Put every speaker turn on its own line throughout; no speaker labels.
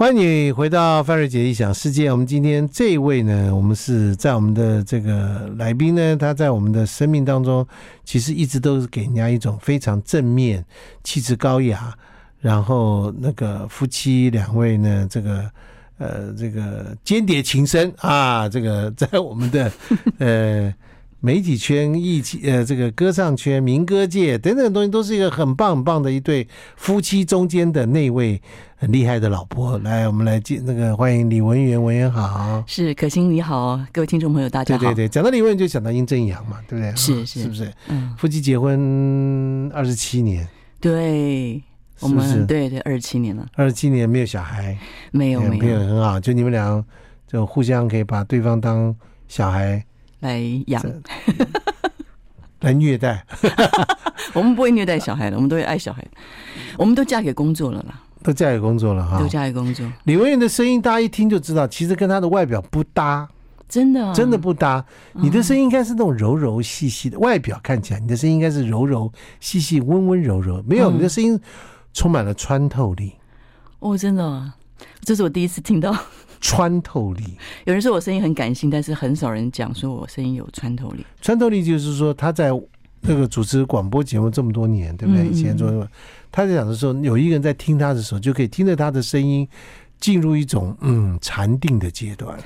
欢迎你回到范瑞杰异想世界。我们今天这一位呢，我们是在我们的这个来宾呢，他在我们的生命当中，其实一直都是给人家一种非常正面、气质高雅，然后那个夫妻两位呢，这个呃，这个间谍情深啊，这个在我们的 呃。媒体圈、艺伎呃，这个歌唱圈、民歌界等等东西，都是一个很棒很棒的一对夫妻中间的那位很厉害的老婆。来，我们来接那个欢迎李文媛，文媛好。
是可心你好，各位听众朋友大家
对
好。
对对，讲到李文媛就想到殷正阳嘛，对不啊对？
是
是，
是
不是？
嗯，
夫妻结婚二十七年，
对，我
是不
们
是？
对对二十七年了，
二十七年没有小孩，
没有
也
没有
很好，就你们俩就互相可以把对方当小孩
来养，
这来虐待，
我们不会虐待小孩的，我们都会爱小孩，我们都嫁给工作了啦，
都嫁给工作了哈
都。嫁给工作，
李文媛的声音，大家一听就知道，其实跟她的外表不搭。
真的啊
真的不搭。
嗯
你的声音应该是那种柔柔细细的，外表看起来你的声音应该是柔柔细细、温温柔柔。没有，你的声音充满了穿透力，
哦，真的啊，这是我第一次听到
穿透力，
有人说我声音很感性，但是很少人讲说我声音有穿透力。
穿透力就是说他在那个主持广播节目这么多年，对不对？
嗯嗯
以前做，他在讲的时候，有一个人在听他的时候，就可以听着他的声音。进入一种嗯禅定的阶段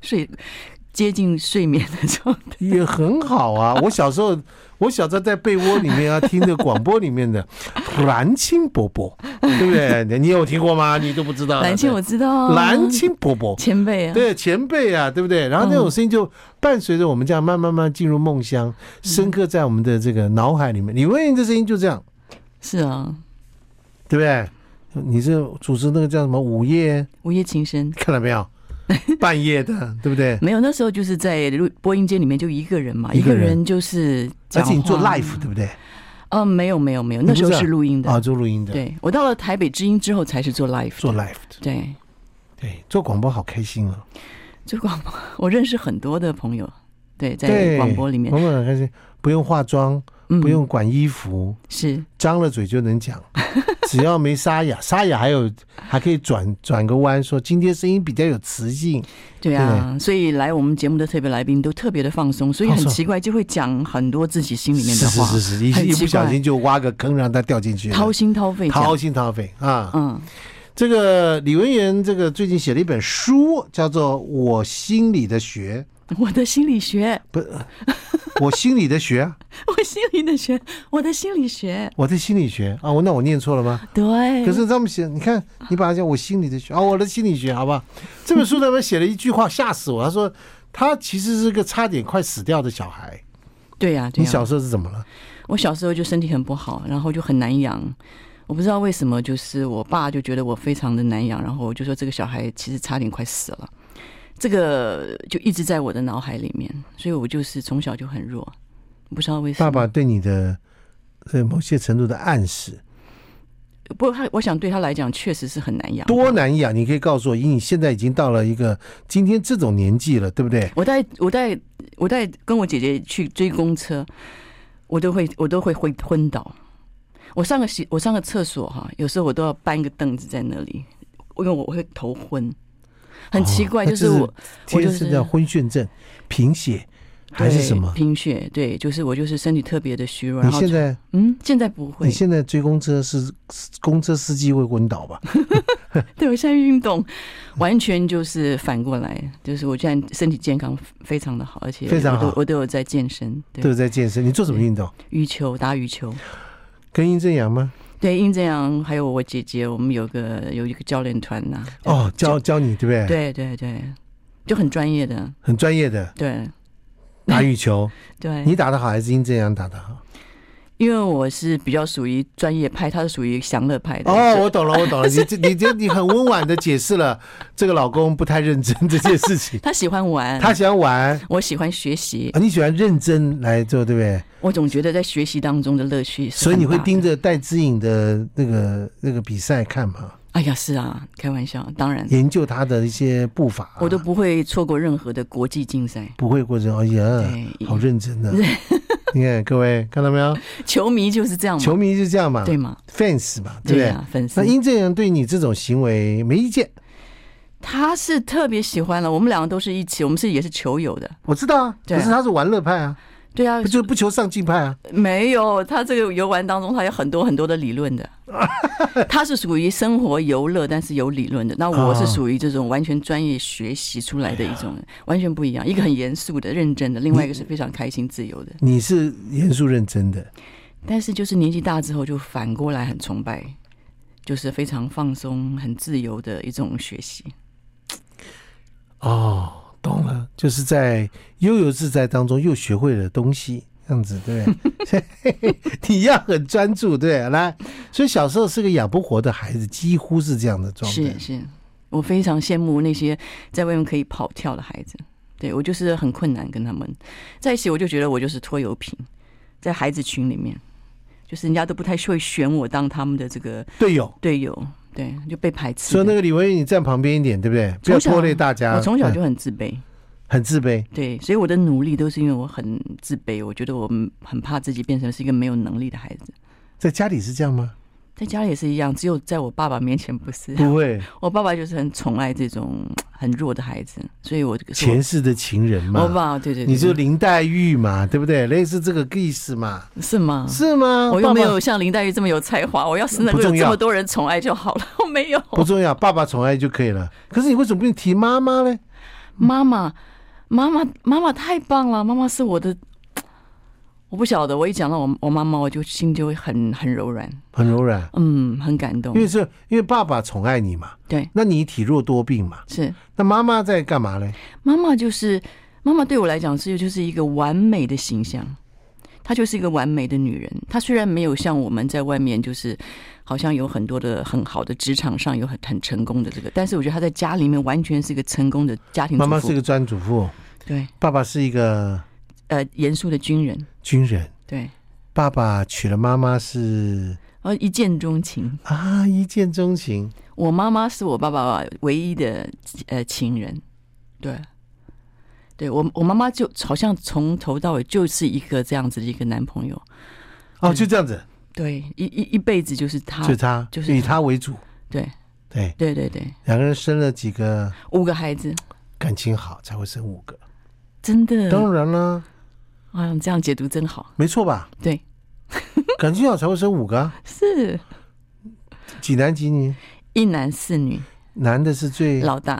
睡接近睡眠的时候，
也很好 啊！我小时候，我小时候在被窝里面啊，听着广播里面 的蓝青伯伯，对不对？你你有听过吗？你都不知道
嗯蓝青
对
我知道啊，
蓝青伯伯，
前辈啊，嗯
对前辈啊，对不对？然后那种声音就伴随着我们这样慢慢慢进入梦乡，深刻在我们的这个脑海里面。李文英的声音就这样，
是啊，
对不对？你是主持那个叫什么午夜，
午夜情深。
看到没 有？半夜的，对不对？
没有，那时候就是在录播音间里面就一个人嘛，
一
一
个
个
人
人就是
而
讲话。
且你做 live 对不对？
嗯，没有没有没有，
你不
那
是
时候是录音的。
啊，做录音的，
对我到了台北之音之后才是做 live 的。
做 live 的，
对，
对，做广播好开心啊！
做广播，我认识很多的朋友。对，在
对，
广播里面，
广播很开心，不用化妆，
嗯，
不用管衣服，
是
张了嘴就能讲， 只要没沙哑，沙哑还有还可以转转个弯，说今天声音比较有磁性，
对啊，所以来我们节目的特别来宾都特别的放松，所以
放
很
松
奇怪就会讲很多自己心里面
是
的
是
话，
是是，一
很
一
奇
不
怪
小心就挖个坑让它掉进去了，
掏心掏肺
掏
讲。
心掏肺啊！
嗯，
这个李文源这个最近写了一本书，叫做《我心里的学
我的心理学，》，
不是我心里的学 啊，
我心里的学，我的心理学，
我的心理学啊，我那我念错了吗？
对。
可是他们写，你看，你把它叫我心里的学啊，我的心理学，好不好？ 这本书他们写了一句话，吓死我。他说，他其实是个差点快死掉的小孩。
对呀、对
你
啊呀、
小时候是怎么了？
我小时候就身体很不好，然后就很难养。我不知道为什么，就是我爸就觉得我非常的难养，然后我就说这个小孩其实差点快死了。这个就一直在我的脑海里面，所以我就是从小就很弱，不知道为什
爸
么。
爸对你的在某些程度的暗示，
不过他，我想对他来讲确实是很难养。
多难养？你可以告诉我，以你现在已经到了一个今天这种年纪了，对不对？
我带我带我带跟我姐姐去追公车，我都会我都会会昏倒。我上个洗我上个厕所哈、有时候我都要搬一个凳子在那里，因为我会头昏，很奇怪，
哦那
就是我我
天
就
生
是
的昏眩症、贫血还是
对
什么？
贫血？对，就是我就是身体特别的虚弱。
你
然后
现在
嗯，现在不会
你，现在追公车是公车司机会昏倒吧？
对我现在运动完全就是反过来，就是我现在身体健康非常的好，而且
非常
我都
好
我都有在健身，
都
对，
有在健身，你做什么运动？
羽球打羽球。
跟殷正阳吗？
对，因这样还有我姐姐，我们有个有一个教练团呐、
哦，教教你对不对？，
对对对，就很专业的，
很专业的
对
打羽球，
对
你，打得好还是殷正阳打得好？
因为我是比较属于专业派，他是属于享乐派的。，
哦，我懂了，我懂了，你这你这你很温婉的解释了这个老公不太认真这件事情
他喜欢玩，
他喜欢玩。
我喜欢学习，
啊你喜欢认真来做，对不对？
我总觉得在学习当中的乐趣是
所以你会
很大的
盯？着戴资颖的那个那个比赛看嘛，
哎呀，是啊，开玩笑，当然，
研究他的一些步伐、
我都不会错过任何的国际竞赛。
不会过程。哎呀，
对，
好认真的、 你看各位看到没有？
球迷就是这样嘛，
球迷就这样嘛，
嗯对吗？
，fans 嘛，对不
对
对？
啊，粉丝
那殷正阳对你这种行为没意见，
他是特别喜欢了，我们两个都是一起，我们是也是球友的，
我知道啊，
对啊
可是他是玩乐派啊，
对啊
不，就不求上进派啊，
没有他这个游玩当中，他有很多很多的理论的，他是属于生活游乐，但是有理论的。那我是属于这种完全专业学习出来的一种，完全不一样，一个很严肃的、认真的，另外一个是非常开心、自由的。
你是严肃认真的，
但是就是年纪大之后，就反过来很崇拜，就是非常放松、很自由的一种学习。
哦，懂了，就是在悠游自在当中又学会了东西，这样子对不对？ 你要很专注，对不对来。所以小时候是个养不活的孩子，几乎是这样的状态。
是是，我非常羡慕那些在外面可以跑跳的孩子。对我就是很困难跟他们在一起，我就觉得我就是拖油瓶，在孩子群里面，就是人家都不太会选我当他们的这个
队友，
队友，对，就被排斥
所以那
的。
个李维，你站旁边一点，对不对？不要
从小
拖累大家。
我从小就
嗯
很自卑，
很自卑，
对，所以我的努力都是因为我很自卑，我觉得我很怕自己变成是一个没有能力的孩子。
在家里是这样吗？
在家里也是一样，只有在我爸爸面前不是。
不会，
啊我爸爸就是很宠爱这种很弱的孩子，所以我这个是我
前世的情人
我
嘛。
爸对对对，
你就林黛玉嘛，对不对？类似这个意思嘛，
是吗？
是吗？
嗯我又没
爸爸
有像林黛玉这么有才华，我要是能够
不
有
重要
这么多人宠爱就好了。我没有，
不重要，爸爸宠爱就可以了。可是你为什么不提妈妈呢？
妈妈，妈妈，妈妈太棒了，妈妈是我的。我不晓得，我一讲到我我妈妈，我就心就会很很柔软，
很柔软，
嗯，很感动
因。为是因为爸爸宠爱你嘛，
对，
那你体弱多病嘛，
是
那妈妈在干嘛呢？
妈妈就是妈妈对我来讲是就是一个完美的形象，她就是一个完美的女人。她虽然没有像我们在外面就是好像有很多的很好的职场上有很很成功的这个，但是我觉得她在家里面完全是一个成功的家庭主
妈
妇。
妈是个专主妇，
对，
爸爸是一个
呃，严肃的军人，
军人，
对，
爸爸娶了妈妈是
呃，一见钟情。
啊一见钟情，
我妈妈是我爸爸唯一的呃情人，对，对我我妈妈就好像从头到尾就是一个这样子的一个男朋友，
哦，
嗯
就这样子，
对，一一一辈子就是他，
就他，
就是
以他为主，
对
对，
对对对，
两个人生了几个，
五个孩子，
感情好才会生五个，
真的，
当然啦，
哎呀，这样解读真好，
没错吧？
对，
感情好才会生五个啊，
是
几男几女？
一男四女，
男的是最
老大，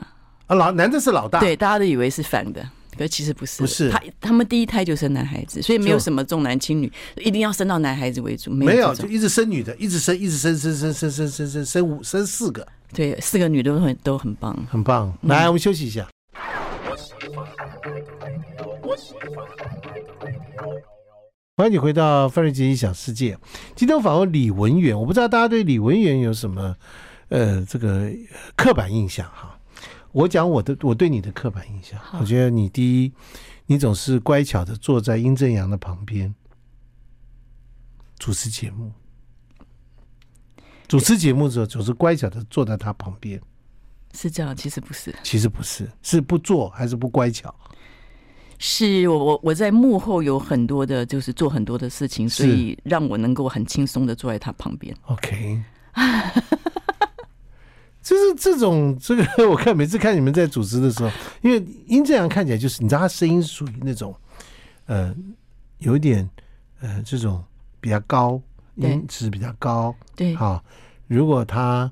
啊老男的是老大，
对，大家都以为是反的。可其实不是，
不是
他他们第一胎就生男孩子，所以没有
就
什么重男轻女，一定要生到男孩子为主，没
没
有
有
这
就
种
一直生女的，一直生一直生生生生生生生生五生四个，
对，四个女的都很都很棒，
很棒。来，我们休息一下。欢迎你回到范瑞杰异想世界。今天我访问李文远，我不知道大家对李文远有什么呃这个呃刻板印象哈。我讲我的我对你的刻板印象，
好
我觉得你第一，你总是乖巧的坐在殷正阳的旁边主持节目，主持节目的时候总是乖巧的坐在他旁边。
是这样，其实不是，
其实不是，是不做还是不乖巧？
是我我我在幕后有很多的，就是做很多的事情，
是
所以让我能够很轻松的坐在他旁边。
OK，就是这种这个，我看每次看你们在主持的时候，因为殷正阳看起来就是，你知道他声音属于那种，呃，有一点呃这种比较高，
对
音质比较高
对，
啊。如果他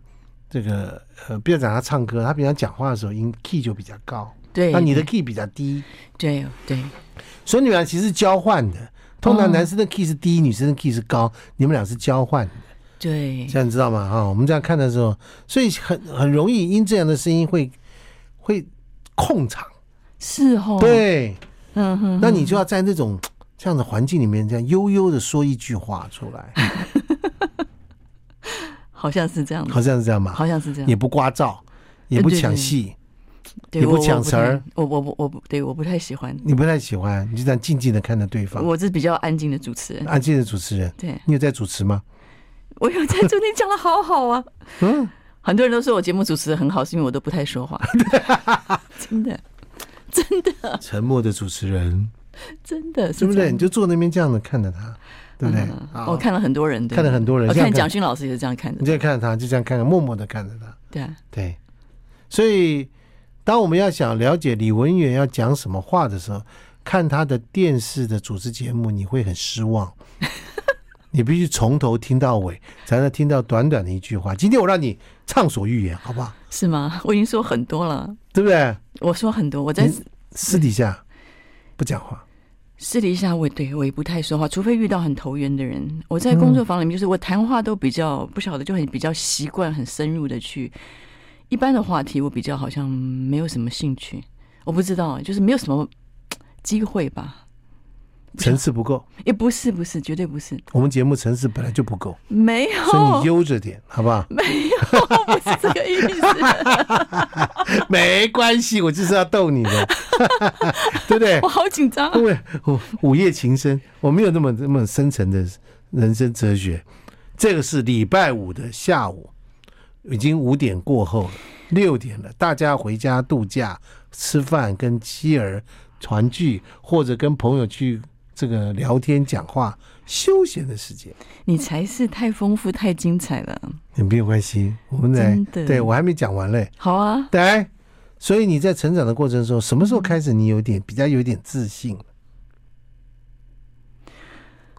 这个呃，不要讲他唱歌，他平常讲话的时候音 key 就比较高，
对，
那你的 key 比较低，
对对
所以你们俩其实是交换的。通常
哦
男生的 key 是低，女生的 key 是高，你们俩是交换的。
对
这样你知道吗？哈、我们这样看的时候，所以很很容易因这样的声音会会控场。
是哦，，
对，
嗯哼，
那你就要在那种这样的环境里面，这样悠悠的说一句话出来，
嗯好像是这样的，
好像是这样嘛，
好像是这样
也。不聒噪，也不抢戏，
对
也不
我
抢词儿，
我不太我我我不对，我不太喜欢，
你不太喜欢，你就这样静静的看着对方。
我是嗯比较安静的主持人。
安静的主持人，
对，
你有在主持吗？
我有在这里讲的好好啊，
嗯，
很多人都说我节目主持的很好，是因为我 都不太说话，真的。
沉默的主持人，
真的呃是
对不
这
对？
样
你就坐那边这样子看着他，对不对
嗯？
啊
我看了很多人，对
看了很多人，
我
这样
哦看蒋勋老师也是这样看
你
的，
就看着他，就这样看着，默默的看着他。
对啊，
对，所以当我们要想了解李文远要讲什么话的时候，看他的电视的主持节目，你会很失望。 你必须从头听到尾，才能听到短短的一句话。今天我让你畅所欲言，好不好？
是吗？我已经说很多了，
对不对？
我说很多，我在
你私底下不讲话，
私底下我也对我也不太说话，除非遇到很投缘的人。我在工作坊里面，就是我谈话都比较不晓得，就很比较习惯很深入的去。一般的话题我比较好像没有什么兴趣，我不知道，就是没有什么机会吧。不
层次不够。
也不是不是，绝对不是，
我们节目层次本来就不够，
没有，
所以你悠着点，好不好？
没有，不是这个意思。
没关系，我就是要逗你的， 对不对
我？好紧张啊、
因为我午夜情深，我没有那么那么深沉的人生哲学。这个是礼拜五的下午，已经五点过后了，六点了，大家回家度假、吃饭，跟妻儿团聚，或者跟朋友去这个聊天、讲话，休闲的时间。
你才是太丰富、太精彩了。
也没有关系，我们来
真，的
对我还没讲完嘞。
好啊，
对，所以你在成长的过程中，什么时候开始你有点比较有点自信了？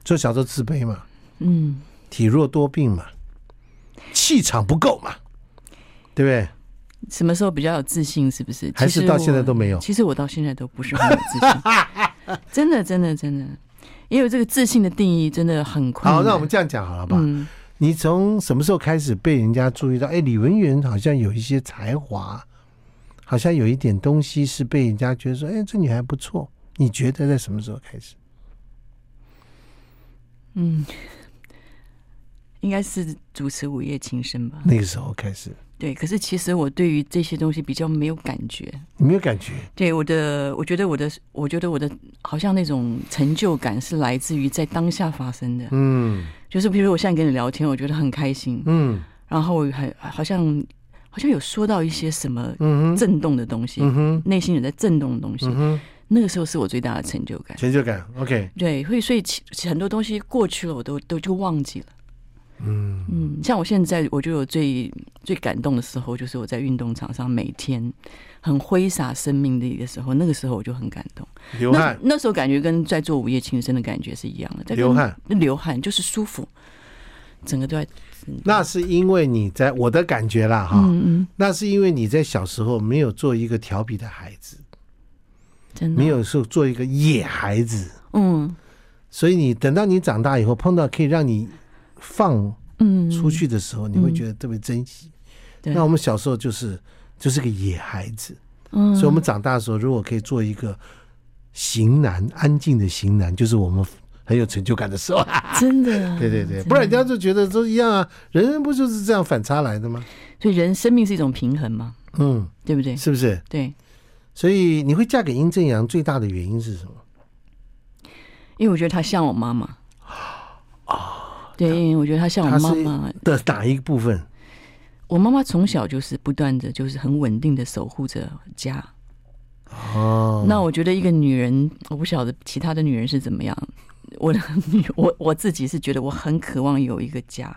就小时候自卑嘛，
嗯，
体弱多病嘛，气场不够嘛，对不对？
什么时候比较有自信？是不是？
还是
其实
到现在
我
都没有
其实我到现在都不是很有自信， 真的，真的，真的，因为这个自信的定义真的很困难。
好，那我们这样讲好了吧？
嗯，
你从什么时候开始被人家注意到？哎，李文源好像有一些才华，好像有一点东西是被人家觉得说，哎，这女孩不错。你觉得在什么时候开始？
应该是主持《午夜情深》吧？
那个时候开始，
对，可是其实我对于这些东西比较没有感觉。
你没有感觉？
对我的，我觉得我的，我觉得我的，好像那种成就感是来自于在当下发生的。
嗯
就是比如我现在跟你聊天，我觉得很开心，
嗯
然后我还好像好像有说到一些什么
嗯哼
震动的东西，
嗯哼。
内心有在震动的东西，
嗯哼，
那个时候是我最大的成就感。
成就感。OK，
对，会所以其其很多东西过去了，我都都就忘记了。嗯嗯，像我现在，我觉得我最最感动的时候，就是我在运动场上每天很挥洒生命力的时候，那个时候我就很感动。
流
那
汗，
那时候感觉跟在做午夜情深的感觉是一样的，在跟
流汗，
流汗就是舒服，整个都在
那是因为你在我的感觉啦，哈、
嗯嗯，
那是因为你在小时候没有做一个调皮的孩子，
真的
没有说做一个野孩子，
嗯
所以你等到你长大以后碰到可以让你放
嗯
出去的时候，你会觉得特别珍惜。
对
那我们小时候就是就是个野孩子，
嗯
所以我们长大的时候，如果可以做一个型男，安静的型男，就是我们很有成就感的时候。
真的
对对对，
真
不然人
的
家就觉得都一样啊，人人不就是这样反差来的吗？
所以人生命是一种平衡嘛，
嗯，
对不对？
是不是？
对，
所以你会嫁给殷正阳最大的原因是什么？
因为我觉得他像我妈妈对，因为我觉得他像我
他
哦妈
啊是
妈。
的哪一部分？
我妈妈从小就是不断的，就是很稳定的守护着家。
哦，
那我觉得一个女人，我不晓得其他的女人是怎么样。我的 女，我我自己是觉得我很渴望有一个家，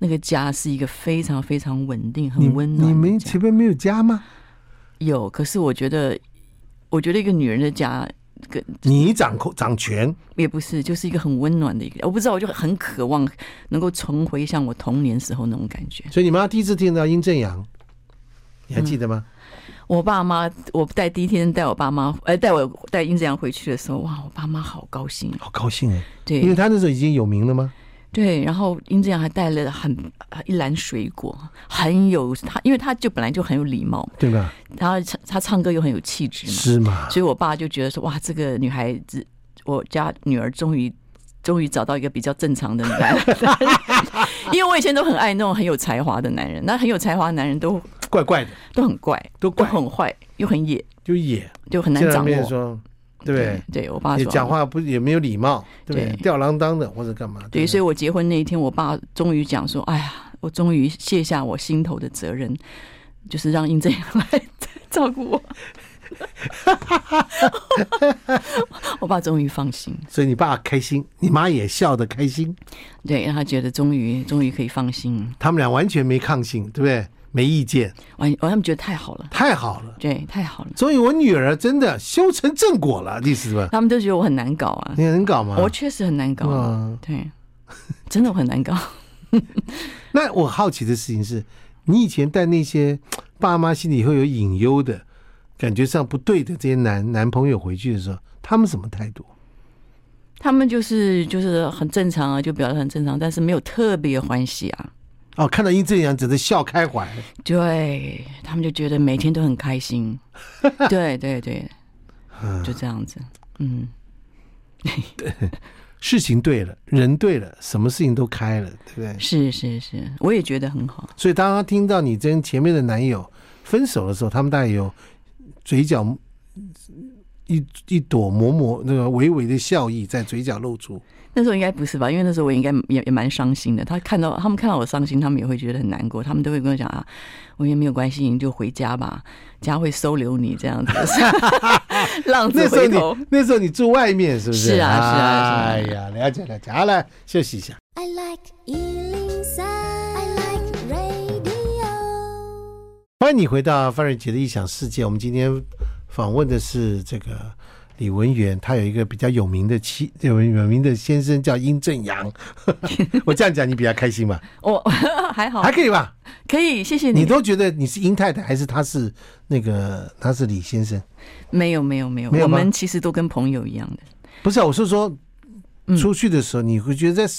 那个家是一个非常非常稳定、
你
很温暖的
你们
家
前面没有家吗？
有，可是我觉得，我觉得一个女人的家嗯
你掌控掌权，
也不是，就是一个很温暖的一个，我不知道，我就很渴望能够重回像我童年时候那种感觉。
所以你妈第一次听到殷正阳，你还记得吗？
嗯我爸妈，我带第一天带我爸妈，呃，带我带殷志阳回去的时候，哇，我爸妈好高兴，啊
好高兴哎，因为
对
他那时候已经有名了吗？
对，然后殷志阳还带了很呃一篮水果，很有他，因为他就本来就很有礼貌，
对吧？
然后唱他唱歌又很有气质嘛，
是嘛？
所以我爸就觉得说，哇，这个女孩子，我家女儿终于。终于找到一个比较正常的男人， 因为我以前都很爱那种很有才华的男人，那很有才华的男人都
怪怪的，
都很怪，
都怪
都很坏，又很野，
就野，
就哦很难
见了
掌
面
握。嗯
说，对不对？
对，我爸
也
说
讲话不也没有礼貌，对不对
对？
吊儿郎当的或者干嘛？
对，
不
所以我结婚那一天，我爸终于讲说：“哎呀，我终于卸下我心头的责任，就是让 殷正阳来照顾我。”我爸终于放心，
所以你爸开心，你妈也笑得开心，
对，让他觉得终于终于可以放心。
他们俩完全没抗性，对不对？没意见，
完，我他们觉得太好了，
太好了。
对，太好了，
所以我女儿真的修成正果了，意思 吧？
他们都觉得我很难搞啊，
你能搞吗？
我确实很难搞，啊
嗯
对，真的我很难搞。
那我好奇的事情是，你以前带那些爸妈心里会有隐忧的感觉上不对的这些男男朋友回去的时候，他们什么态度？
他们就是就是很正常啊，就表达很正常，但是没有特别欢喜啊。
哦，看到殷正阳只能笑开怀，
对他们就觉得每天都很开心，对对对，就这样子，嗯，
事情对了，人对了，什么事情都开了，对不对？
是是是，我也觉得很好。
所以当他听到你跟前面的男友分手的时候，他们大概有嘴角一一朵抹抹那个微微的笑意在嘴角露出。
那时候应该不是吧？因为那时候我应该也也蛮伤心的。他看到他们看到我伤心，他们也会觉得很难过，他们都会跟我讲啊，我也没有关系，你就回家吧，家会收留你这样子。 浪子
那时
回
候
头
你，那时候你住外面是不是？
是啊是啊
哎
是
呀，了解了解。好了，休息一下。
I like Ealing Sound. I like radio.
欢迎你回到范瑞杰的异想世界。我们今天访问的是这个李文源，他有一个比较有名的妻，有有名的先生叫殷正阳。 我这样讲你比较开心吧？
我 还好
还，可以吧？
可以，谢谢
你
你。
都觉得你是殷太太，还是他是那个他是李先生？
没有没有没有，
没有
我
吗
们其实都跟朋友一样的。
不是、啊，我是说
嗯
出去的时候，你会觉得在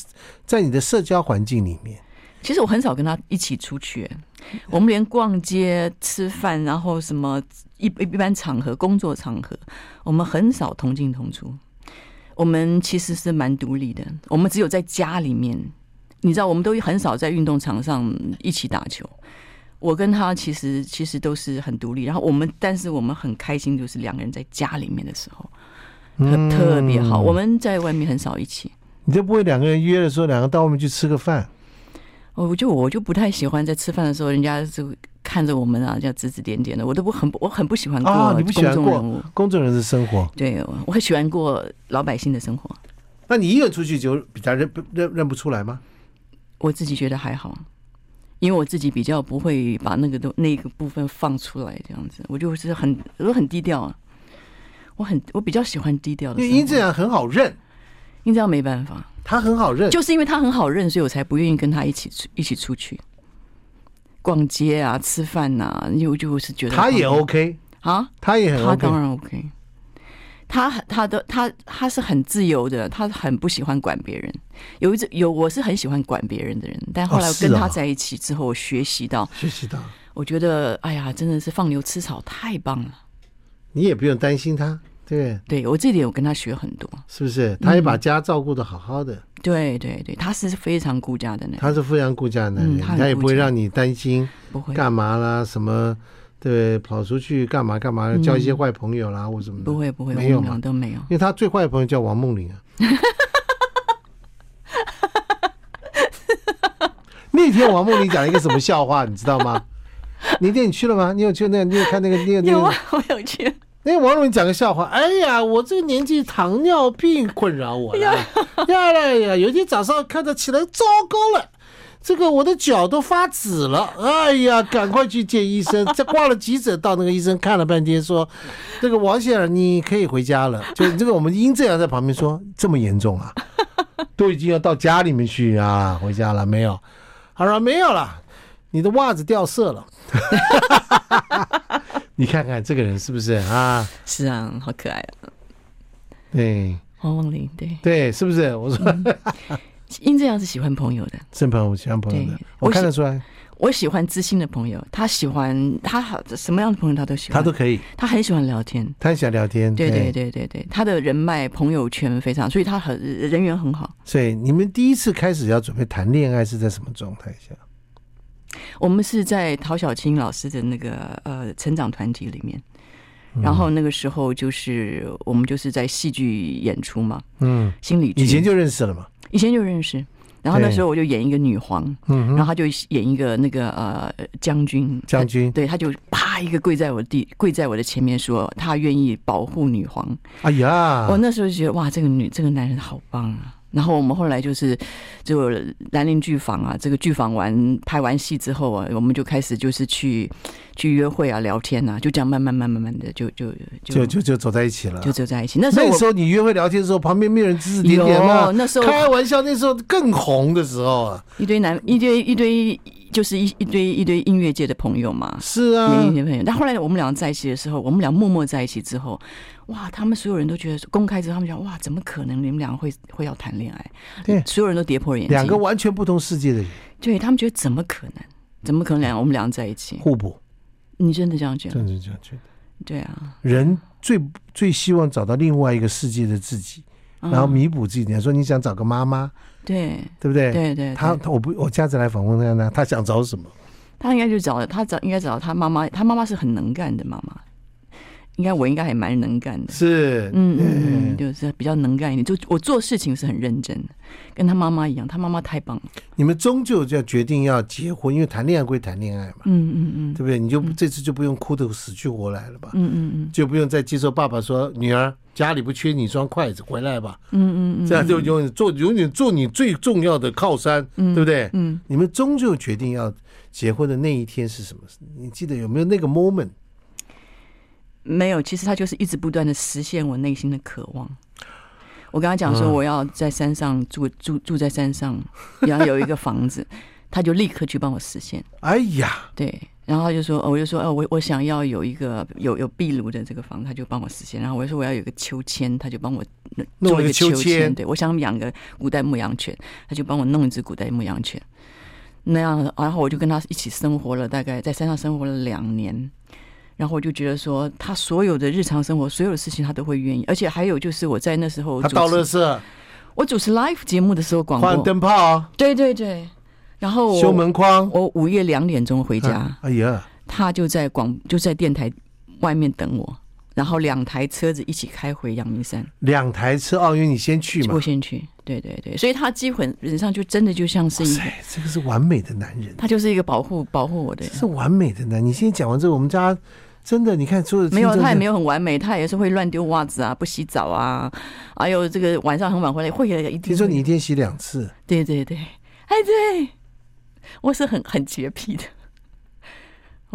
在你的社交环境里面，
其实我很少跟他一起出去，我们连逛街、吃饭，然后什么一一般场合、工作场合，我们很少同进同出。我们其实是蛮独立的，我们只有在家里面，你知道，我们都很少在运动场上一起打球。我跟他其实其实都是很独立，然后我们但是我们很开心，就是两个人在家里面的时候，特特别好。我们在外面很少一起，
你就不会两个人约了说两个到外面去吃个饭。
哦，我就我就不太喜欢在吃饭的时候，人家就看着我们啊，这样指指点点的，我都不很不我很不喜欢过
啊你不喜欢
公众
过
人物，
工作人的生活，
对我我很喜欢过老百姓的生活，
那你一个人出去就比较认不认认不出来吗？
我自己觉得还好，因为我自己比较不会把那个都那个部分放出来，这样子，我就是很我很低调啊，我很我比较喜欢低调
因
的
为
生
殷
活，
正阳很好认，
因为这样没办法，
他很好认，
就是因为他很好认，所以我才不愿意跟他一起出一起出去。逛街啊，吃饭呐、啊，因为我就是觉得
他也哦 OK，
啊，
他也很
他
OK
当。然 OK，他很他的他他是很自由的，他很不喜欢管别人。有一次有我是很喜欢管别人的人，但后来
哦
我
是
跟
啊
他在一起之后，我学习到，
学习到，
我觉得哎呀，真的是放牛吃草太棒了。
你也不用担心他，对不对，
对我这点我跟他学很多，
是不是？他
嗯
也把家照顾的好好的，
对对对，他是非常顾家的那种，
他是非常顾家的男人，
嗯他很
他也不
顾
会
家
让你担心
不会
干嘛啦，什么对，跑出去干嘛干嘛，交一些坏朋友啦、或什么的。
嗯不会不会，我
没有
们
嘛
俩都没有
因。为他最坏的朋友叫王梦玲啊。 那天王梦玲讲了一个什么笑话，你知道吗？那天你去了吗？你有去那个？你有看那个？你有那
有啊
个？，
我有 去，
那王梦玲讲个笑话。哎呀，我这个年纪糖尿病困扰我了。呀呀呀！有一天早上看着起来，糟糕了。这个我的脚都发紫了，哎呀，赶快去见医生。这挂了急诊，到那个医生看了半天，说：“那个王先生，你可以回家了。”就是这个我们殷正阳在旁边说：“这么严重啊，都已经要到家里面去啊，回家了没有？”他说：“没有了，你的袜子掉色了。”你看看这个人是不是啊？
是啊，好可爱啊，
对
黄梦玲对，
对，是不是？我
嗯
说，
因这样是喜欢朋友的。
正朋友，我喜欢朋友的
对，
我
我
看
喜
得出来，
我喜欢知心的朋友，他喜欢他好什么样的朋友他都喜
他
欢，
都可以，
他很喜欢聊天。
他很喜欢聊天。
对对对对对，他的人脉朋友圈非常，所以他很人缘很好。
所以你们第一次开始要准备谈恋爱是在什么状态下？
我们是在陶小青老师的那个呃成长团体里面，
嗯
然后那个时候就是我们就是在戏剧演出嘛，
嗯，
心理剧
以前就认识了嘛。
以前就认识。然后那
对
时候我就演一个女皇，
嗯
然后他就演一个那个呃将军，
将军
对，他就啪啪一个跪在我地跪在我的前面说他愿意保护女皇。
哎呀
我，那时候就觉得哇，这个女这个男人好棒啊。然后我们后来就是，就兰陵剧坊啊，这个剧坊完拍完戏之后啊，我们就开始就是去去约会啊、聊天啊，就这样慢慢慢慢慢的就就
就
就
就就走在一起了。
就走在一起。那时候
那
我
时候你约会聊天的时候，旁边没有人指指点点
有
吗？
那时候
开玩笑，那时候更红的时候啊，
一堆男一堆一堆就是一一堆一堆音乐界的朋友嘛，
是
演艺
啊，
界朋友。但后来我们俩在一起的时候，我们俩默默在一起之后，哇，他们所有人都觉得公开之后，他们讲哇，怎么可能你们俩会会要谈恋爱？
对
所有人都跌破眼镜，
两个完全不同世界的人
对他们觉得怎么可能？怎么可能俩我们俩在一起？
互补，
你真的这样觉得？
真是这样觉得。
对啊，
人最最希望找到另外一个世界的自己，
嗯
然后弥补自己。你说你想找个妈妈，
对
对不对？
对对，
他
对
他我不我下次来访问他呢，他想找什么？
他应该就找他找应该找他妈妈，他妈妈是很能干的妈妈，应该我应该还蛮能干的。
是，
嗯嗯嗯，
嗯
就是比较能干一点，就我做事情是很认真的，跟他妈妈一样，他妈妈太棒了。
你们终究就要决定要结婚，因为谈恋爱归谈恋爱嘛，
嗯嗯嗯
对不对？你就这次就不用哭得死去活来了吧？
嗯嗯嗯
就不用再接受爸爸说女儿家里不缺你一双筷子，回来吧，
嗯嗯嗯，
这样就永远做永远做你最重要的靠山，对不对？
嗯，
你们终究决定要结婚的那一天是什么？你记得有没有那个 moment？
没有，其实他就是一直不断的实现我内心的渴望。我跟他讲说，我要在山上住住住在山上，然后有一个房子，他就立刻去帮我实现。
哎呀，
对，然后他就说，哦我就说，哦，我我想要有一个有有壁炉的这个房子，他就帮我实现。然后我就说我要有一个秋千，他就帮我
弄
做
了
一
个
个
秋
秋
千，
对我想养个古代牧羊犬，他就帮我弄一只古代牧羊犬。那样，然后我就跟他一起生活了，大概在山上生活了两年。然后我就觉得说，他所有的日常生活，所有的事情他都会愿意，而且还有就是我在那时候
他
主
到
持
了是
我主持 live 节目的时候广
换
播，
灯泡、
对对对，然后
修
我
门框，
我午夜两点钟回家，
啊哎呀，
他就在广就在电台外面等我，然后两台车子一起开回阳明山，
两台车哦，因为你先去嘛
我。先去。对对对，所以他基本上就真的就像是一个，
塞，哎这个是完美的男人，
他就是一个保护保护我的
这
人。
是完美的男人。你现在讲完之后，我们家真的，你看所有的
没有，
听众
他也
都
没有很完美，他也是会乱丢袜子啊，不洗澡啊，还有这个晚上很晚回来会有一定会。
听说你一天洗两次，
对对对，哎对，我是很很洁癖的。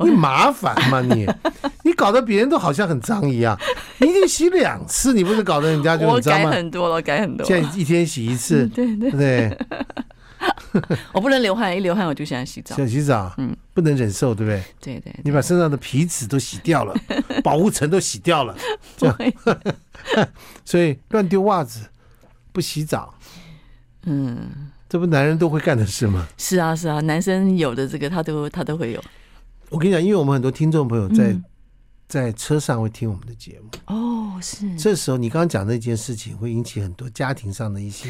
你麻烦嘛 你，你搞得别人都好像很脏一样，你一天洗两次，你不是搞得人家就
我
很脏
改
吗？
很多了，改很多
现
了。
在一天洗一次，
对
对，
对
不对？
我不能流汗，一流汗我就想洗澡。
想洗澡，
嗯
不能忍受，对不对？
对对
你把身上的皮脂都洗掉了，保护层都洗掉了，
对，不会
所以乱丢袜子，不洗澡，
嗯。
这不男人都会干的事吗？
是啊，是啊，男生有的这个他都他都会有
我跟你讲，因为我们很多听众朋友在、
嗯
在车上会听我们的节目，
哦，是
这时候你刚刚讲那件事情会引起很多家庭上的一 些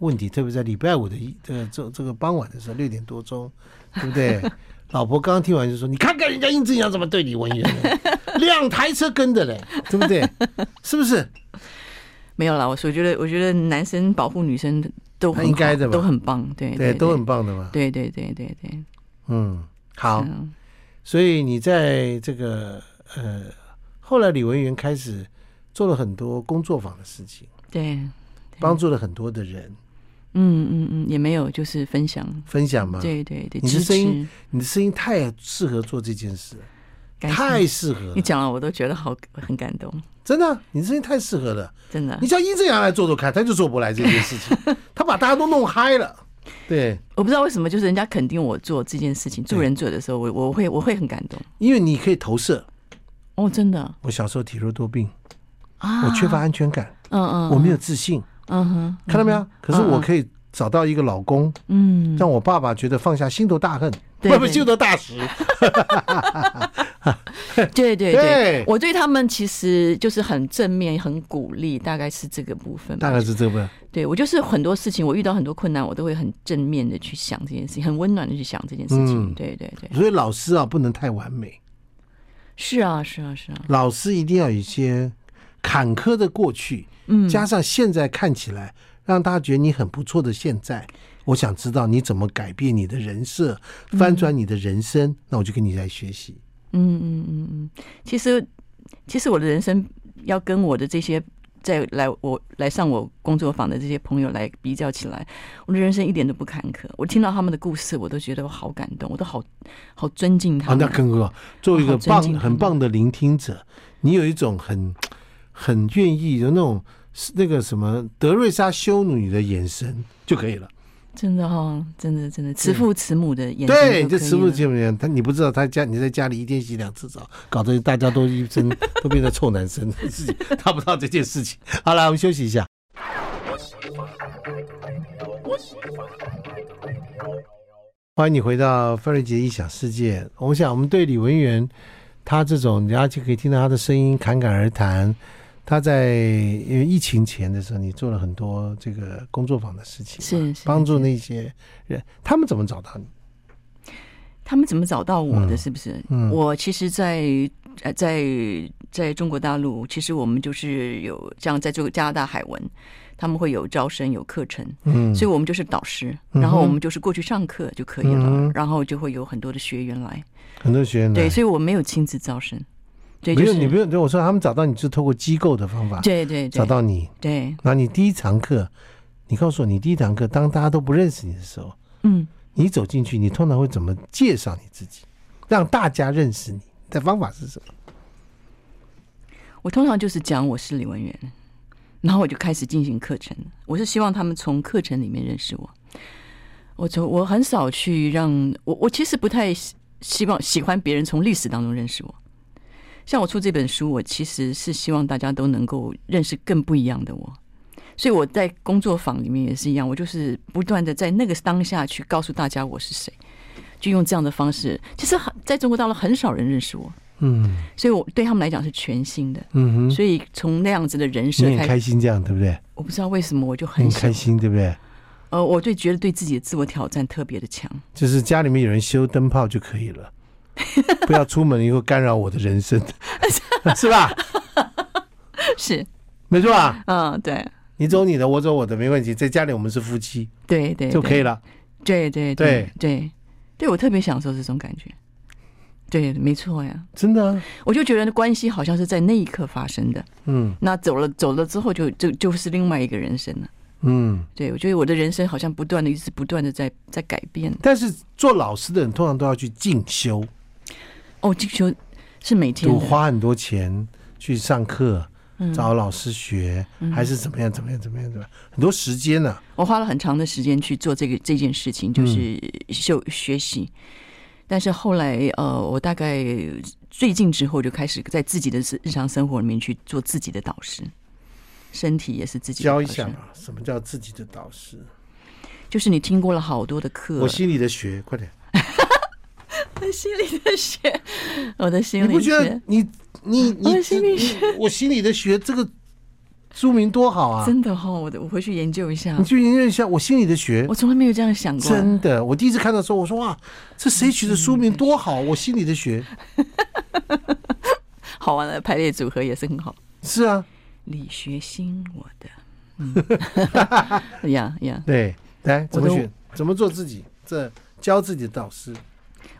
问题，特别在礼拜五的一呃这这个傍晚的时候六点多钟，对不对？ 老婆刚刚听完就说：“你看看人家殷正阳怎么对李文渊 的，两台车跟着嘞，对不对？是不是？
没有啦。我我觉得我觉得男生保护女生都很好
应该的吧
都很棒，对
对，
对，
都很棒的嘛。
对对对对对，
嗯，好，
嗯
所以你在这个呃，后来李文源开始做了很多工作坊的事情，
对，
帮助了很多的人
嗯嗯嗯，也没有就是分享，
分享嘛。
对对对，
嗯你是
支
声音
持，
你的声音太适合做这件事了，
感谢
太适合了，
你讲了，我都觉得好很感动，
真的啊，你的声音太适合了。
真的
你。叫殷正阳来做做看，他就做不来这件事 情，他把大家都弄嗨了。对，
我不知道为什么，就是人家肯定我做这件事情，助人做的时候，我我会我会很感动。
因为你可以投射。
哦，真的
我小时候体弱多病，
啊，
我缺乏，安全感，
嗯嗯，
我没有自信，
嗯哼，
看到没有？可是我可以找到一个老公，
嗯，
让我爸爸觉得放下心头大恨，
对
不不
对
心头大石。
对对
对
对，我对他们其实就是很正面、很鼓励，大概是这个部分吧。
大概是这个，
对我就是很多事情，我遇到很多困难，我都会很正面的去想这件事情，很温暖的去想这件事情。
嗯
对对对，
所以老师啊不能太完美，
是啊是啊是啊，
老师一定要有一些坎坷的过去，
嗯，
加上现在看起来让大家觉得你很不错的现在。我想知道你怎么
嗯
改变你的人设，翻转你的人生，那我就跟你来学习。
嗯嗯嗯其实其实我的人生要跟我的这些在来我来上我工作坊的这些朋友来比较起来，我的人生一点都不坎坷。我听到他们的故事，我都觉得我好感动，我都好好尊敬
啊，
他们。
那更好。作为一个
好尊
棒
敬他
很
们
棒的聆听者，你有一种很很愿意的那种是那个什么德瑞莎修女的眼神就可以了。
真的哦，真的真的，慈父慈母的眼神
对，
就
你这
可以
师傅
了
见不见？他你不知道他家你在家里一天洗两次澡，搞得大家都一身都变成臭男生的事情，他不知道这件事情。好了，我们休息一下。欢迎你回到范瑞杰异想世界。我想，我们对李文源他这种，大家就可以听到他的声音侃侃而谈。他在因为疫情前的时候，你做了很多这个工作坊的事情嘛，
是是
帮助
是
那些人，他们怎么找到你？
他们怎么找到我的？
嗯
是不是？
嗯
我其实在，呃在在中国大陆，其实我们就是有这样在做加拿大海文，他们会有招生有课程，
嗯，
所以我们就是导师，
嗯哼
然后我们就是过去上课就可以了，
嗯
然后就会有很多的学员来。
很多学员来
对，所以我没有亲自招生，对，
不
就
用
是
你不用，我说他们找到你是透过机构的方法
对对
找
对
到你。
对，
那你第一堂课，你告诉我，你第一堂课当大家都不认识你的时候，
嗯。
你走进去，你通常会怎么介绍你自己，让大家认识你的方法是什么？
我通常就是讲我是李文媛，然后我就开始进行课程。我是希望他们从课程里面认识我。我从我很少去让我，我其实不太希希望喜欢别人从历史当中认识我。像我出这本书，我其实是希望大家都能够认识更不一样的我。所以我在工作坊里面也是一样，我就是不断的在那个当下去告诉大家我是谁，就用这样的方式。其实很在中国大陆很少人认识我，
嗯
所以我对他们来讲是全新的。
嗯哼，
所以从那样子的人设
你很
开始，
开心这样对不对？
我不知道为什么我就
你
很
很
喜
开心对不对？
呃，我对觉得对自己的自我挑战特别的强。
就是家里面有人修灯泡就可以 了，不要出门以后干扰我的人生， 是吧？
是，
没错吧？
嗯，对，
你走你的，我走我的，没问题。在家里我们是夫妻
对哎对
就可以
了。
了。
对对
对
对对，对我特别享受这种感觉。对，没错呀，
真的、啊，
我就觉得关系好像是在那一刻发生的。
嗯
那走了走了之后就，就就是另外一个人生了。
嗯。
对，我觉得我的人生好像不断的一直不断的在在改变。
但是做老师的人通常都要去进修，
哦，进修是每天
就
的，
花很多钱去上课，
嗯
找老师学，还是怎么样怎么样怎么样怎么样，很多时间啊呢、
我花了很长的时间去做这个这件事情，就是
嗯
修学习。但是后来，呃，我大概最近之后就开始在自己的日日常生活里面去做自己的导师，身体也是自己的
教一
导师
下，嘛，什么叫自己的导师？
就是你听过了好多的课，
我心里的学，快点！
心里的学，我的心
你
里
不觉得
学
你 你你
我的心里
这你我心里的学这个书名多好啊！
真的哈、我我回去研究一下
你，去研究一下，我心里的学
我。从来没有这样想过，
真的，我第一次看到的时候，我说哇，这谁取的书名多好！我心里的学
好玩的排列组合也是很好。
是啊，
李学新，我的， 嗯，呀呀，
对，来怎么
我都
选，怎么做自己，这教自己的导师，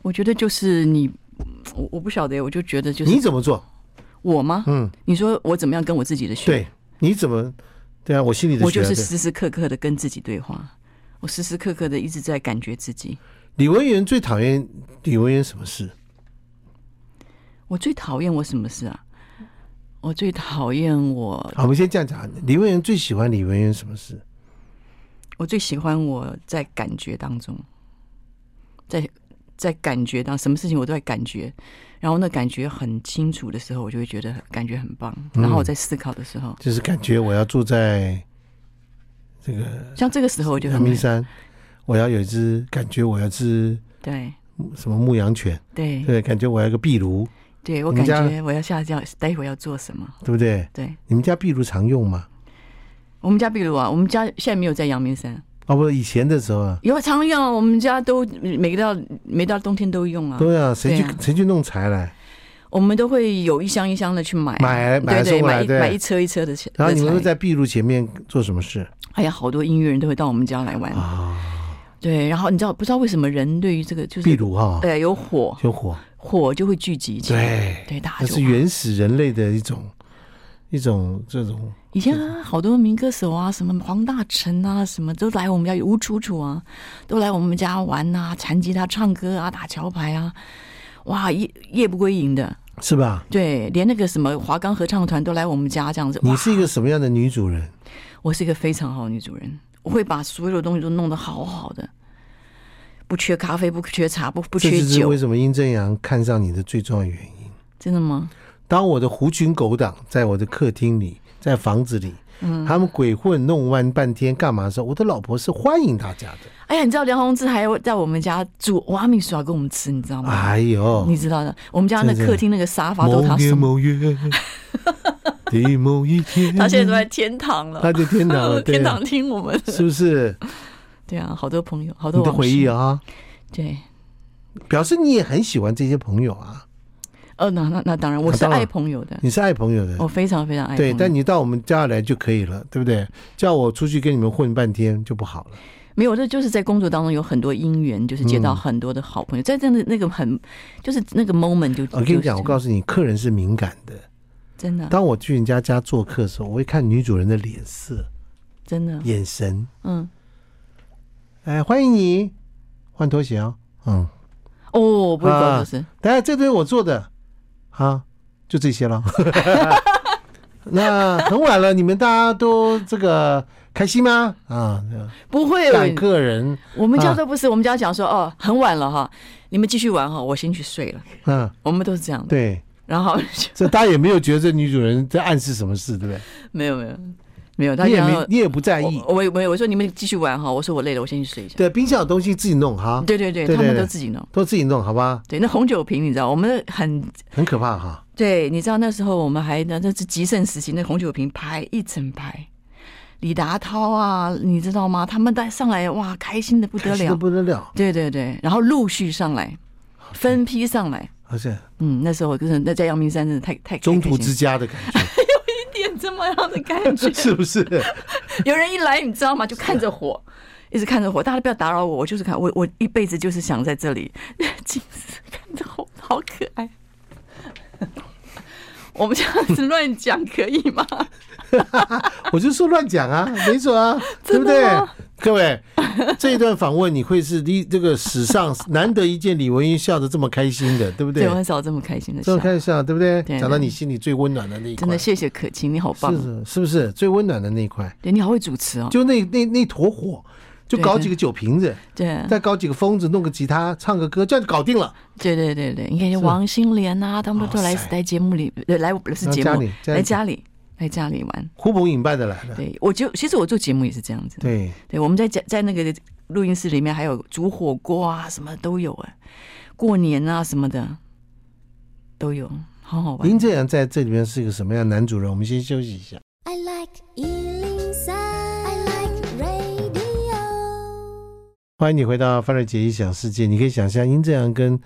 我觉得就是你，我我不晓得，我就觉得就是
你怎么做？
我吗？
嗯，
你说我怎么样跟我自己的学？
对，你怎么？对啊，我心里的
我
学
就
啊
是
对
时时刻刻的跟自己对话，我时时刻刻的一直在感觉自己。
李文源最讨厌李文源什么事？
我最讨厌我什么事啊？我最讨厌我，
好，我们先这样讲，啊李文源最喜欢李文源什么事？
我最喜欢我在感觉当中，在在感觉当什么事情我都在感觉，然后那感觉很清楚的时候，我就会觉得感觉很棒。然后我在思考的时候，
就是感觉我要住在这个
像这个时候我就
阳
很
明山，我要有一只感觉我要只
对
什么牧羊犬，
对
对，感觉我要一个壁炉，
对，我
你们
感
家
觉我要下要待会要做什么？
对不对？
对。
你们家壁炉常用吗？
我们家壁炉啊，我们家现在没有在阳明山，
哦，不，以前的时候啊，
有常用啊，我们家都每到每到冬天都用啊。
对啊，谁去
对啊
谁去弄柴来？
我们都会有一箱一箱的去买，啊
买买
对
送
对，
过来
买一
对
买一车一车的钱。
然后你们
的
会
菜
在壁炉前面做什么事？
哎呀，好多音乐人都会到我们家来玩。
啊，
对，然后你知道不知道为什么人对于这个就是
壁炉哈，
对有火
有火，
火就会聚集起来，
对，
对，大家
那
就是
原始人类的一种一种这种
以前啊，好多民歌手啊，什么黄大成啊，什么都来我们家，吴楚楚啊，都来我们家玩呐、弹吉他、唱歌啊，打桥牌啊，哇，夜夜不归营的。
是吧？
对，连那个什么华冈合唱团都来我们家这样子。哇
你是一个什么样的女主人？
我是一个非常好的女主人，我会把所有的东西都弄得好好的，不缺咖啡，不缺茶，不不
这
缺
就是
酒
为。什么殷正阳看上你的最重要原因。
真的吗？
当我的狐群狗党在我的客厅里，在房子里，
嗯
他们鬼混弄完半天干嘛的时候，我的老婆是欢迎大家的。
哎呀，你知道梁宏志还在我们家煮瓦米耍给我们吃，你知道吗？
哎呦，
你知道的，我们家那
真是
客厅那个沙发都是
某
他
年
送的。
某 月的某一天，
他现在都在天堂了，
他在天堂了，对
天
啊
堂听我们。
是不是？
对啊，好多朋友，好多
你的回忆
啊。
啊，
对，
表示你也很喜欢这些朋友啊，
呃，那那那当然，我是
当然
爱朋友的，
你是爱朋友的。
我非常非哦常爱朋友。
对，但你到我们家来就可以了，对不对？叫我出去跟你们混半天就不好了。
没有，这就是在工作当中有很多姻缘，就是结到很多的好朋友，在真的那个很，就是那个 moment 就。
我跟你讲，
就是嗯
我告诉你，客人是敏感的。
真的，
当我去人家家做客的时候，我会看女主人的脸色、
真的，
眼神。
嗯，
哎，欢迎你，换拖鞋哦。嗯，
哦，不会
啊
不是，
当然这都是我做的，啊，就这些了。 那很晚了，你们大家都这个开心吗？啊，
不会，
干个人，
我们
啊
家都不是，我们家讲说哦，很晚了哈，你们继续玩哈，我先去睡了，
嗯，
我们都是这样的。
对，
然后
这大家也没有觉得这女主人在暗示什么事，对不对？
没有没有没有，他
你也
讲
没，你也不在意。
我我我我说你们继续玩哈，我说我累了，我先去睡一下。
哎对，冰箱的东西自己弄哈，
对对对，
对
他们
对
都自己弄。
都自己弄，好吧？
对，那红酒瓶你知道，我们很
很可怕哈。
对，你知道那时候我们还那那是极盛时期，那红酒瓶排一整排。李达涛啊，你知道吗？他们带上来哇，开心的不得
开心
了
得。不得了，
对对对，然后陆续上来，分批上来。
而且
嗯，那时候我真的那在阳明山真的太太
中途
太开
之
心
家的感觉，，
了一点这么样的感觉
是不 是？
有人一来，你知道吗？就看着火，一直看着火，大家不要打扰我，我就是看我我一辈子就是想在这里 静思看着火，好可爱。我们这样子乱讲可以吗？
我就说乱讲啊，没准 啊，对不对？各位，这一段访问你会是历这个史上难得一见李文英笑得这么开心的，对不 对
我？很少这么开心的
这
笑
么，开心啊，对不对？
对
讲到你心里最温暖的那一
真
块
的，谢谢可晴，你好棒，哦
是是是不是最温暖的那一块？
对你好会主持哦，
就那那那坨火，就
对
搞
对嗯
几个酒瓶子，
对
再搞几个疯子，弄个吉他，唱个歌，这样就搞定了。
对对对对，你看王心莲啊，他们都来
哇塞
来节目里呃来不是节
家
目
里，家里
来家里来家里玩。
呼朋引伴的来了，
对，我就其实我做节目也是这样子，
对，
对，我们在家在那个录音室里面还有煮火锅啊，什么都有哎、过年啊什么的都有，好好玩
林。正阳在这里面是一个什么样的男主人？我们先休息一下。
I like Ealing Sound. I like radio.
欢迎你回到范瑞杰异想世界。你可以想象殷正阳跟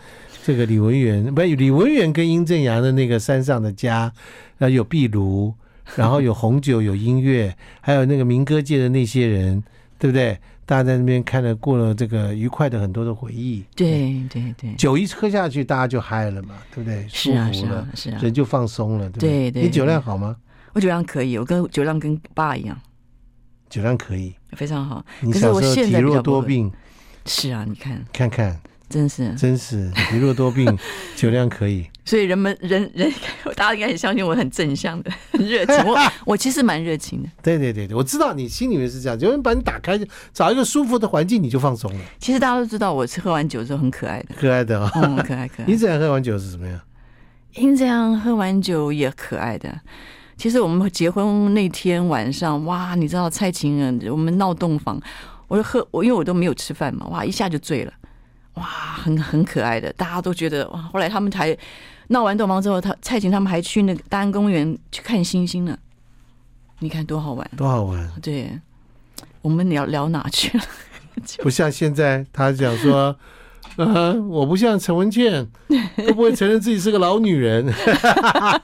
这个李文源，不是李文源跟殷正阳的那个山上的家，然后有壁炉，然后有红酒，有音乐，还有那个民歌界的那些人，对不对？大家在那边看了过了这个愉快的很多的回忆。，
对对对，
酒一喝下去，大家就嗨了嘛，对不对？
是啊
舒
是
服了
啊，是啊，
人就放松了，对不对？
对对
你酒量好吗？
我酒量可以，我跟酒量跟爸一样，
酒量可以。
非常好。
你
可是
小
我
时候
现
体
在比
弱
较不
多
会。
病，
是啊，你看，
看 看，
真是，
真是体弱多 病，酒量可以。
所以人们人 人大家应该很相信我很正向的， 很热情。我我其实蛮热情的。
对对对对，我知道你心里面是这样，有人把你打开，找一个舒服的环境，你就放松 了，
其实大家都知道我是喝完酒之后很可爱的，
可爱的啊、
嗯，可爱可爱。
你这样喝完酒是什么样？
因这样喝完酒也可爱的。其实我们结婚那天晚上，哇，你知道蔡琴啊，我们闹洞房，我就喝，我因为我都没有吃饭嘛，哇，一下就醉了，哇，很很可爱的，大家都觉得哇。后来他们还闹完洞房之后，他蔡琴他们还去那个大安公园去看星星呢，你看多好玩。
多好 玩！
对，我们聊聊哪去了？
不像现在他讲说， 呃，我不像陈文 茜，都不会承认自己是个老女人。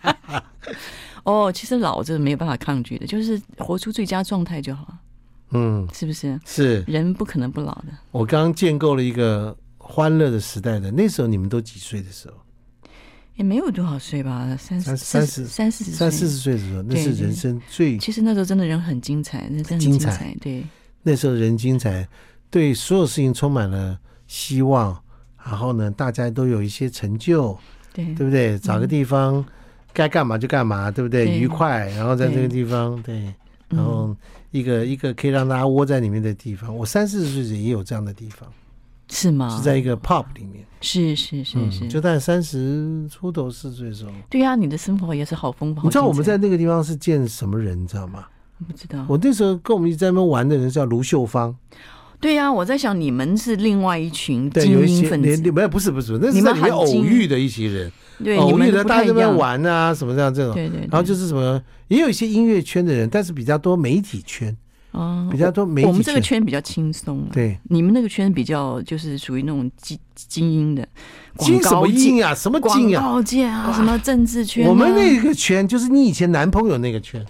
哦，其实老这没有办法抗拒的，就是活出最佳状态就好了，
嗯，
是不是？
是
人不可能不老的。
我刚建构了一个欢乐的时代的，那时候你们都几岁的时候？
也没有多少岁吧，三
三三
三
十
三四十
三四
岁
十岁的时候，那
对
是
对
人生最
其实那时候真的人很精彩，人真的很
精
精
彩
彩，对，
那时候人精彩，对所有事情充满了希望，然后呢，大家都有一些成就，
对，
对不对？找个地方该干嘛就干嘛，对不对？
对
愉快，然后在这个
对
地方，对，
嗯
然后一个一个可以让大家窝在里面的地方。我三四十岁时也有这样的地方，
是吗？
是在一个 pub 里面，
是是啊是
嗯
是，
就在三十出头四十岁的时候。
对呀、你的生活也是好疯狂。
你知道
好
我们
精
在
彩
那个地方是见什么人，你知道吗？
我不知道？
我那时候跟我们一直在那边玩的人叫卢秀芳，
对呀、我在想你们是另外一群
对，有
精
一
英
些
分
连哦
子，
没有不是不是，那
你
是在
们
里面
很
偶
精
遇的一群人，
对，你
偶遇
们都
的
不
大家
太
在那
一
边
样。
玩啊，什么这样这种，
对对对，
然后就是是什么，也有一些音乐圈的人，但是比较多媒体圈，
哦，
比较多媒体
我们这个圈比较轻松了。
对，
你们那个圈比较就是属于那种精精英的，广
精什
告
么
界、
精啊，什么
广
精啊？
告界啊，什么政治圈啊、
我们那个圈就是你以前男朋友那个圈，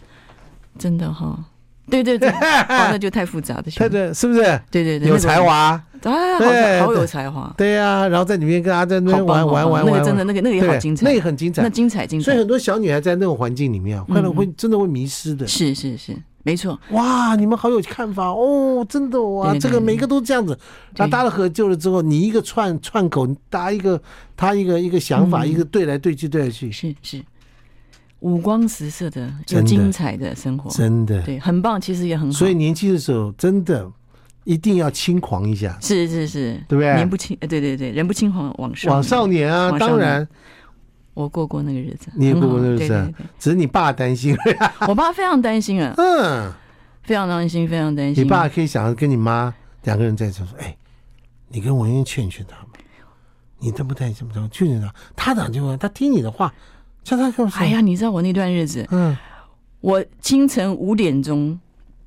真的哈、对对对， 哦，那就太复杂的圈
对，对，是不是？
对对对，
有
那个
才华，
啊，好
对
好有
对
才华，
对啊，然后在里面跟他在那
好
边玩
棒好
玩
棒
玩
那
玩
个，真的那个那个也好
对，
精彩
那，也很精
那
彩。
精彩精
所以
彩，
很多小女孩在那种环境里面啊，会
嗯
会真的会迷失的。
是是是，没错，
哇，你们好有看法哦，真的哇，
对对
这个
对
每个都这样子。那大家都合就了之后，你一个串串口，搭一个他一个一个想法，
嗯
一个对来对去对来去，
是是，五光十色的，有
真的
精彩的生活，
真的。
对，很棒，其实也很好。
所以年轻的时候真的一定要轻狂一下，
是是是，
对不对
年不轻，呃对对对，人不轻狂枉少
往
年。
少年啊，
往少
当
年
然，
我过过那个日子，
你也
很
过过
好
那个日
对
子啊
对对
只是你爸担心。
对我爸非常担心啊，
嗯，
非常担心，非常担
你
心。
爸可以想着跟你妈两个人在这说，哎，你跟文渊劝劝他嘛，你担不担心？怎么劝劝他？他讲就他听你的话，叫他跟我说。
哎呀，你知道我那段日子，
嗯，
我清晨五点钟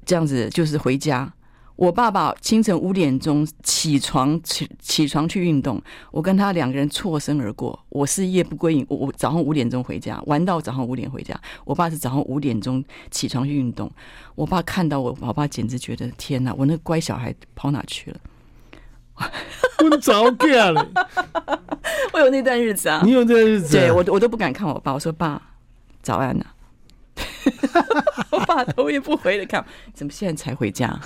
这样子就是回家。我爸爸清晨五点钟起床，起起床去运动。我跟他两个人错身而过。我是夜不归营，我我早上五点钟回家，玩到早上五点回家。我爸是早上五点钟起床去运动。我爸看到我，我爸简直觉得天哪，我那乖小孩跑哪去了？
我早点了，
我有那段日子 啊，
你有这个日子啊？
对我都我都不敢看我爸，我说爸，早安呐、 我爸头也不回的看我，怎么现在才回家？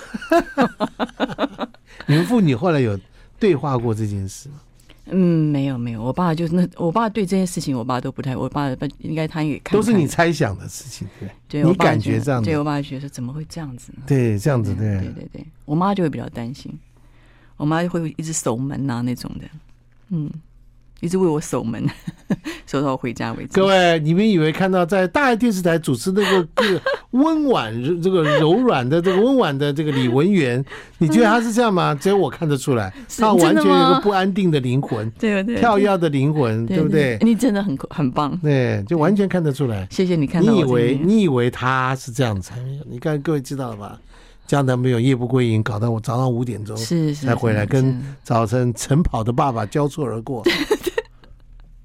你们父女后来有对话过这件事吗？
嗯，没有没有，我爸就是那，我爸对这些事情，我爸都不太，我爸不应该他也看看
都是你猜想的事情，对不
对
你
我爸
感
觉
觉
得
这样
对
子
我爸觉得怎么会这样子呢？
对？对，这样子
对
对。
对对，我妈就会比较担心，我妈会一直守门呐、那种的，嗯，一直为我守门， 守到我回家为止。
各位，你们以为看到在大爱电视台主持那个个温婉、这个柔软的、这个温婉的这个李文媛，你觉得她是这样吗？只有我看得出 来，
是
她完
真的
全有一个
吗
不安定的灵魂，
对对，
跳跃的灵魂，对不对？
你真的很很棒，
对，就完全看得出来。
谢谢你看到
你
我
以
这一
为
面
你以为她是这样才没有？你看各位知道了吧？江男朋友夜不归营，搞到我早上五点钟
是是
才回来，
是
跟
是
早晨晨跑的爸爸交错而 过，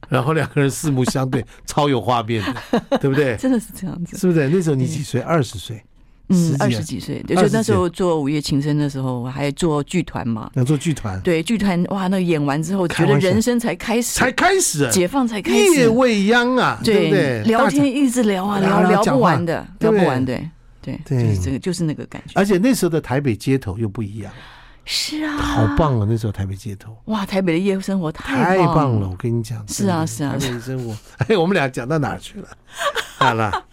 然后两个人四目相对，超有画面 的，对不对？
真的是这样子。
是不是？那时候你几岁？二十岁，十
嗯
几，
二
啊
十几岁，对，
二
就
十
那
几
时候做《午夜情深》的时候，我还做剧团嘛。
要做剧团，
对，剧团哇，那演完之后，
开
觉得
玩笑
人生才开始，
才开始，啊
解放才开
夜
始，
未央啊，对
对
不对？
聊
大家
天。一直聊啊
聊
聊
聊
聊
讲
不
话
完的，
对
聊
不
不
对
完，对对，就
对哎
是这个，就是那个感觉。
而且那时候的台北街头又不一样，
是啊，
好！棒啊！那时候台北街头
哇，台北的夜生活
太棒
棒
了，我，跟你讲，
是啊
真的
是啊
台北生活。 哎，我们俩讲到哪儿去 了？好了，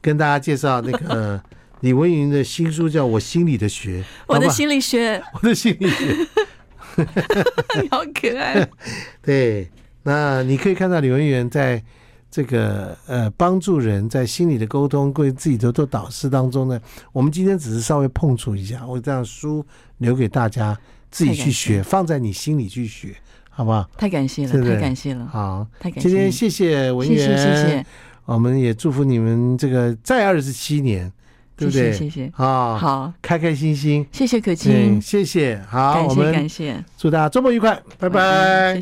跟大家介绍那个呃李文云的新书，叫《我心里的学》，
我的
好吧
心理学
我的 心理学。
你好 可爱。
对，那你可以看到李文媛在这个呃帮助人在心理的沟通，跟自己的做导师当中呢，我们今天只是稍微碰触一下，我这样书留给大家自己去学，放在你心里去学，好不好？
太感谢了
是，不是
太感谢了，
好，
太感谢
今
你，
天谢谢文
谢
媛，
谢谢谢，
我们也祝福你们这个再二十七年，对不对？
谢谢谢谢
啊，，
好，
开开心心，
谢谢可
嗯，
卿，
谢谢，好，
感
我
谢感
们
谢，
祝大家周末愉快，拜
晚
拜
安谢。